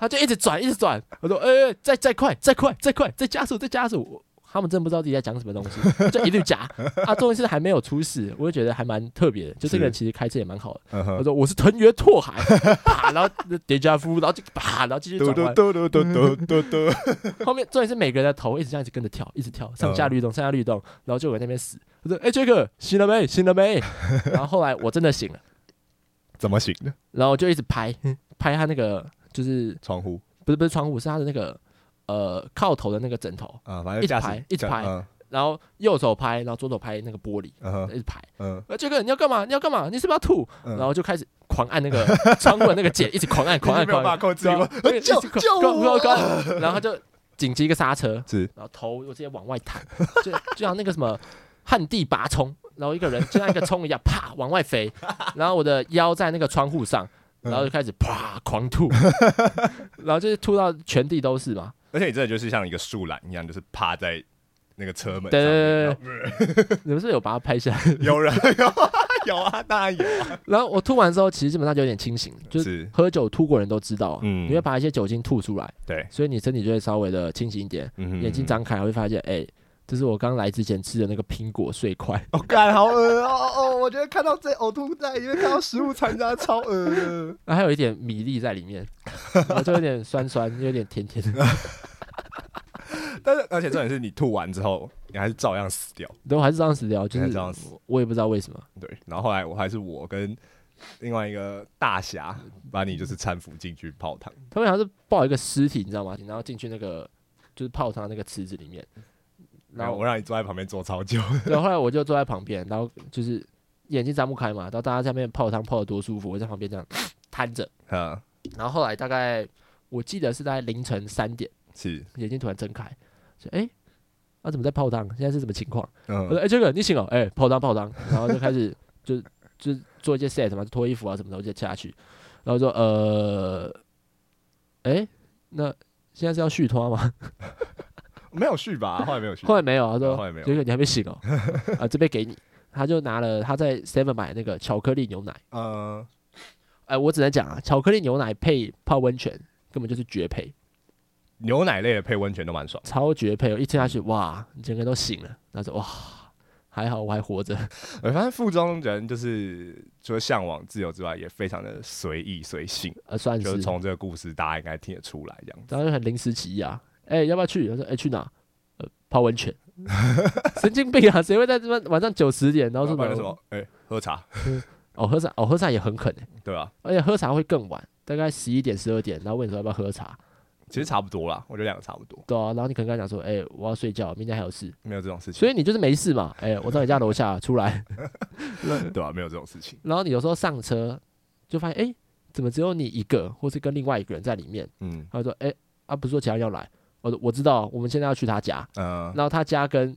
Speaker 1: 他就一直转，一直转，我说，哎、哎再再快，再快，再快，再加速，再加速，我他们真不知道自己在讲什么东西，就一路夹，啊，重点是还没有出事，我就觉得还蛮特别的，就这个人其实开车也蛮好的，
Speaker 2: 嗯
Speaker 1: 我
Speaker 2: 哼，
Speaker 1: 说我是藤原拓海， 啪，然后叠加夫，然后就啪，然后继续
Speaker 2: 嘟
Speaker 1: 转
Speaker 2: 嘟
Speaker 1: 弯，
Speaker 2: 嘟嘟嘟嘟嘟嘟，
Speaker 1: 后面重点是每个人的头一直这样一直跟着跳，一直跳，上下律动，上下律动，然后就有人在那边死。我说：“哎、杰克，醒了没？醒了没？”然后后来我真的醒了，
Speaker 2: 怎么醒的？
Speaker 1: 然后我就一直拍拍他那个，就是
Speaker 2: 窗户
Speaker 1: 不是不是窗户，是他的那个呃靠头的那个枕头，
Speaker 2: 啊，反正
Speaker 1: 一直
Speaker 2: 驾驶
Speaker 1: 拍一直
Speaker 2: 驾
Speaker 1: 拍
Speaker 2: 嗯
Speaker 1: 然后右手拍，然后左手拍那个玻璃，
Speaker 2: 嗯哼
Speaker 1: 一直拍。
Speaker 2: 嗯
Speaker 1: 呃，杰克，你要干嘛？你要干嘛？你是不是要吐？
Speaker 2: 嗯，
Speaker 1: 然后就开始狂按那个 窗户的那个键，一直 狂按，狂按，
Speaker 2: 你没有
Speaker 1: 狂
Speaker 2: 办法
Speaker 1: 按，
Speaker 2: 控制，我
Speaker 1: 对啊
Speaker 2: 救
Speaker 1: 一直狂
Speaker 2: 救
Speaker 1: 狂
Speaker 2: 我！
Speaker 1: 狂狂然后他就紧急一个刹车，
Speaker 2: 是
Speaker 1: 然后头我直接往外弹，就就像那个什么旱地拔葱，然后一个人就像一个葱一样，啪往外 飞，然后我的腰在那个窗户上，
Speaker 2: 嗯
Speaker 1: 然后就开始啪狂吐， 然后就是吐到全地都是嘛。
Speaker 2: 而且你真的就是像一个树懒一样，就是趴在那个车门上
Speaker 1: 对
Speaker 2: 面。
Speaker 1: 对你们是不是有把它拍下 来？
Speaker 2: 对，有人有啊 有啊，当然有啊。
Speaker 1: 然后我吐完之后，其实基本上就有点清醒，就是
Speaker 2: 是，
Speaker 1: 喝酒吐过人都知道啊，
Speaker 2: 嗯
Speaker 1: 你会把一些酒精吐出来，
Speaker 2: 对，
Speaker 1: 所以你身体就会稍微的清醒一点，
Speaker 2: 嗯
Speaker 1: 眼睛。张开会发现，哎、这是我刚来之前吃的那个苹果碎块。
Speaker 2: 我干，好恶哦哦！我觉得看到这呕吐在里面，看到食物残渣，超恶。
Speaker 1: 然后还有一点米粒在里面，然后就有点酸酸，有点甜甜的，
Speaker 2: 但是，而且重点是你吐完之后，你还是照样死掉。
Speaker 1: 都还是这样子聊，就
Speaker 2: 还
Speaker 1: 是
Speaker 2: 是这样子
Speaker 1: 我也不知道为什么，
Speaker 2: 对，然后后来我还是我跟另外一个大侠把你就是搀扶进去泡汤。
Speaker 1: 他们好像是抱一个尸体，你知道吗？然后进去那个就是泡汤的那个池子里面，
Speaker 2: 嗯
Speaker 1: 然
Speaker 2: 然后
Speaker 1: 后
Speaker 2: 我让你坐在旁边坐超久，
Speaker 1: 对，后来我就坐在旁边，然后就是眼睛张不开嘛，然后大家在那边泡汤泡的多舒服，我在旁边这样 瘫着，
Speaker 2: 嗯，
Speaker 1: 然后后来大概我记得是在凌晨三点，
Speaker 2: 是，
Speaker 1: 眼睛突然睁开，说哎。那、怎么在泡汤？现在是什么情况？我说：“
Speaker 2: 嗯
Speaker 1: 哎、这个你醒了，哎、泡汤泡汤。”然后就开始 就就做一些 set 嘛，就脱衣服啊什么的，我就下去。然后说：“呃，哎、那现在是要续脱吗
Speaker 2: 没有续吧？后来没有？”续，
Speaker 1: 后来没有，他
Speaker 2: 后来
Speaker 1: 说
Speaker 2: 没：“有
Speaker 1: 这个你还没醒哦， 啊，这边给你。”他就拿了他在 Seven 买那个巧克力牛奶，
Speaker 2: 嗯，
Speaker 1: 哎、我只能讲啊，巧克力牛奶配泡温泉根本就是绝配，
Speaker 2: 牛奶类的配温泉都蛮爽。
Speaker 1: 超绝配哦！一吃下去，哇，你整个人都醒了。他说：“哇，还好我还活着。
Speaker 2: 我发现附中人就是除了向往自由之外，也非常的随意随性”，
Speaker 1: 呃，算
Speaker 2: 就是是从这个故事大家应该听得出来这样子。
Speaker 1: 然后就很临时起意啊，哎、要不要去？我说，哎、去哪？呃，泡温 泉。神经病啊！谁会在这边晚上九十点，然后说
Speaker 2: 不然就什么？哎，喝茶，
Speaker 1: 哦，喝茶哦，喝茶也很狠、欸，
Speaker 2: 对吧？
Speaker 1: 而且喝茶会更晚，大概十一点、十二点，然后问你说要不要喝茶，
Speaker 2: 其实差不多啦，我觉得两个差不多，
Speaker 1: 对啊，然后你可能跟他讲说，哎、我要睡觉，明天还有事，
Speaker 2: 没有这种事情
Speaker 1: 所，以你就是没事嘛，哎、我到你家楼下出来，
Speaker 2: 对吧？没有这种事情，
Speaker 1: 然后你有时候上车就发现，哎、怎么只有你一个，或是跟另外一个人在里面？
Speaker 2: 嗯
Speaker 1: 他就说，哎、啊，不是说其他人要来，我说我知道，我们现在要去他家，
Speaker 2: 嗯，
Speaker 1: 然后他家跟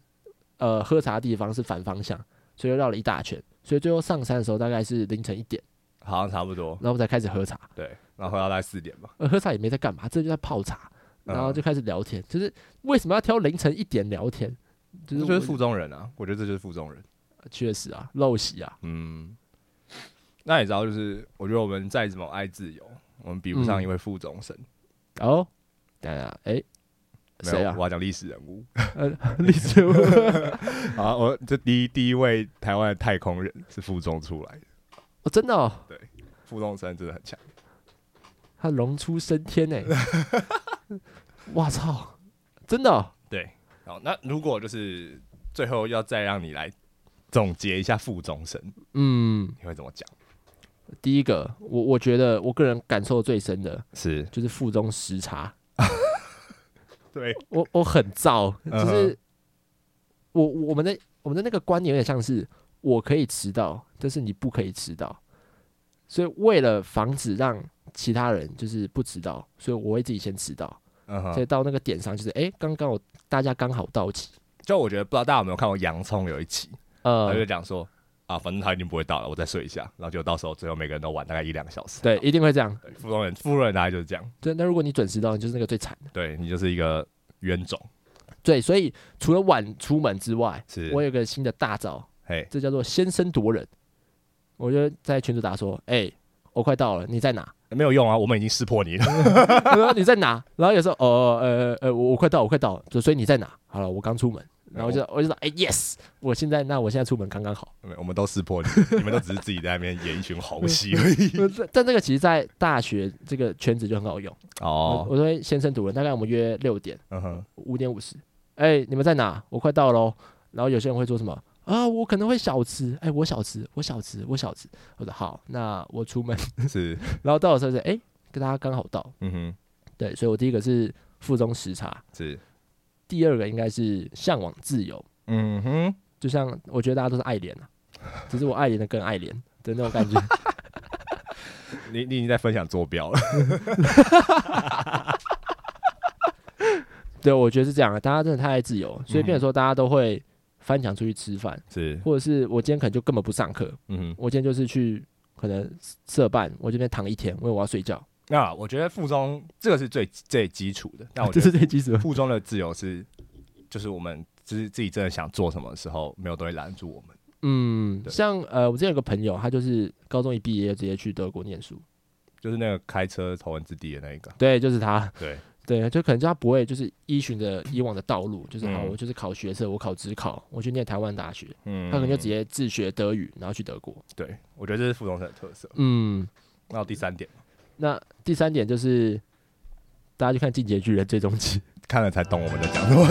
Speaker 1: 呃喝茶的地方是反方向，所以又绕了一大圈，所以最后上山的时候大概是凌晨一点，
Speaker 2: 好像差不多
Speaker 1: 然，后我们才开始喝茶。
Speaker 2: 对。然后喝到大概四点吧，
Speaker 1: 呃，喝茶也没在干嘛，这就在泡茶，然后
Speaker 2: 嗯
Speaker 1: 就开始聊天。就是为什么要挑凌晨一点聊天？就
Speaker 2: 这
Speaker 1: 是
Speaker 2: 就是
Speaker 1: 我
Speaker 2: 附中人啊，我觉得这就是附中人。
Speaker 1: 确实啊，陋习啊，
Speaker 2: 嗯，那你知道，就是我觉得我们再怎么爱自由，我们比不
Speaker 1: 嗯
Speaker 2: 上一位副总生。
Speaker 1: 哦，等一下，哎，
Speaker 2: 没
Speaker 1: 谁
Speaker 2: 有
Speaker 1: 啊，
Speaker 2: 我？要讲历史人物
Speaker 1: 呃，李志武
Speaker 2: 啊，我这第一第一位台湾的太空人是附中出来的，
Speaker 1: 哦，真的哦，
Speaker 2: 附中生真的很强。
Speaker 1: 他龙出升天 哎，哇操，真的哦，
Speaker 2: 对，好，那如果就是最后要再让你来总结一下附中生，
Speaker 1: 嗯，
Speaker 2: 你会怎么讲？
Speaker 1: 第一个，我我觉得我个人感受最深的
Speaker 2: 是
Speaker 1: 就是附中时差。
Speaker 2: 对，
Speaker 1: 我我很燥，
Speaker 2: 嗯哼
Speaker 1: 就是我我们的我们的那个观念有点像是我可以迟到，但是你不可以迟到。所以为了防止让其他人就是不迟到，所以我会自己先迟到。
Speaker 2: 嗯
Speaker 1: 所
Speaker 2: 哼，
Speaker 1: 以到那个点上，就是哎，刚刚我大家刚好到齐，
Speaker 2: 就我觉得不知道大家有没有看过洋葱有一期，他就
Speaker 1: 呃，
Speaker 2: 讲说啊，反正他一定不会到了，我再睡一下，然后就到时候最后每个人都晚大概一两个小时。
Speaker 1: 对，一定会这样。
Speaker 2: 对，富中人富中人大概就是这样，
Speaker 1: 对，那如果你准时到，你就是那个最惨的。
Speaker 2: 对你就是一个冤种，
Speaker 1: 对，所以除了晚出门之外，
Speaker 2: 是
Speaker 1: 我有个新的大招，
Speaker 2: 嘿
Speaker 1: 这叫做先声夺人。我就在群主打说，哎、我快到了，你在哪？
Speaker 2: 没有用啊，我们已经识破你了。
Speaker 1: 他说你在哪？然后有时候，哦，呃呃，我我快到，我快到了，就所以你在哪？好了，我刚出门，然后我就我就说，哎、y e s 我现在那我现在出门刚刚 好。
Speaker 2: 没有我们都识破你，你们都只是自己在那边演一群猴戏而 已。
Speaker 1: 呃但但这个其实，在大学这个圈子就很好用。
Speaker 2: 哦，
Speaker 1: 我我都会先声夺人，大概我们约六点，
Speaker 2: 嗯哼，
Speaker 1: 五点五十，哎，你们在哪？我快到喽。然后有些人会说什么啊？我可能会小吃，哎，我小吃，我小吃，我小吃。我说好，那我出门。
Speaker 2: 是，
Speaker 1: 然后到的时候是哎，跟大家刚好到，
Speaker 2: 嗯哼，
Speaker 1: 对，所以我第一个是附中时差，
Speaker 2: 是，
Speaker 1: 第二个应该是向往自由，
Speaker 2: 嗯哼，
Speaker 1: 就像我觉得大家都是爱莲啊， 只是我爱莲的更爱莲的那种感觉。
Speaker 2: 你你已经在分享坐标了。
Speaker 1: 对，我觉得是这样啊的，大家真的太爱自由了，所以变成说大家都会翻墙出去吃饭，
Speaker 2: 是，
Speaker 1: 或者是我今天可能就根本不上课，
Speaker 2: 嗯哼。
Speaker 1: 我今天就是去可能社办，我这边躺一天，因为我要睡觉。
Speaker 2: 那我觉得附中这个是最最基础的，但我
Speaker 1: 这
Speaker 2: 觉得
Speaker 1: 是最基础的。
Speaker 2: 附中的自由是，就是我们自自己真的想做什么的时候，没有东西拦住我们。
Speaker 1: 嗯，
Speaker 2: 对
Speaker 1: 像呃，我之前有个朋友，他就是高中一毕业就直接去德国念书，
Speaker 2: 就是那个开车头文字 D 的那一个，
Speaker 1: 对，就是他，
Speaker 2: 对，
Speaker 1: 对，就可能就他不会就是依循着以往的道路，就是好，
Speaker 2: 嗯
Speaker 1: 我就是考学测，我考职考，我去念台湾大学，
Speaker 2: 嗯
Speaker 1: 他可能就直接自学德语，然后去德国。
Speaker 2: 对，我觉得这是附中生的特色。
Speaker 1: 嗯，
Speaker 2: 然后第三点，
Speaker 1: 那第三点就是大家去看《进阶巨人》最终集。
Speaker 2: 看了才懂我们在讲什么。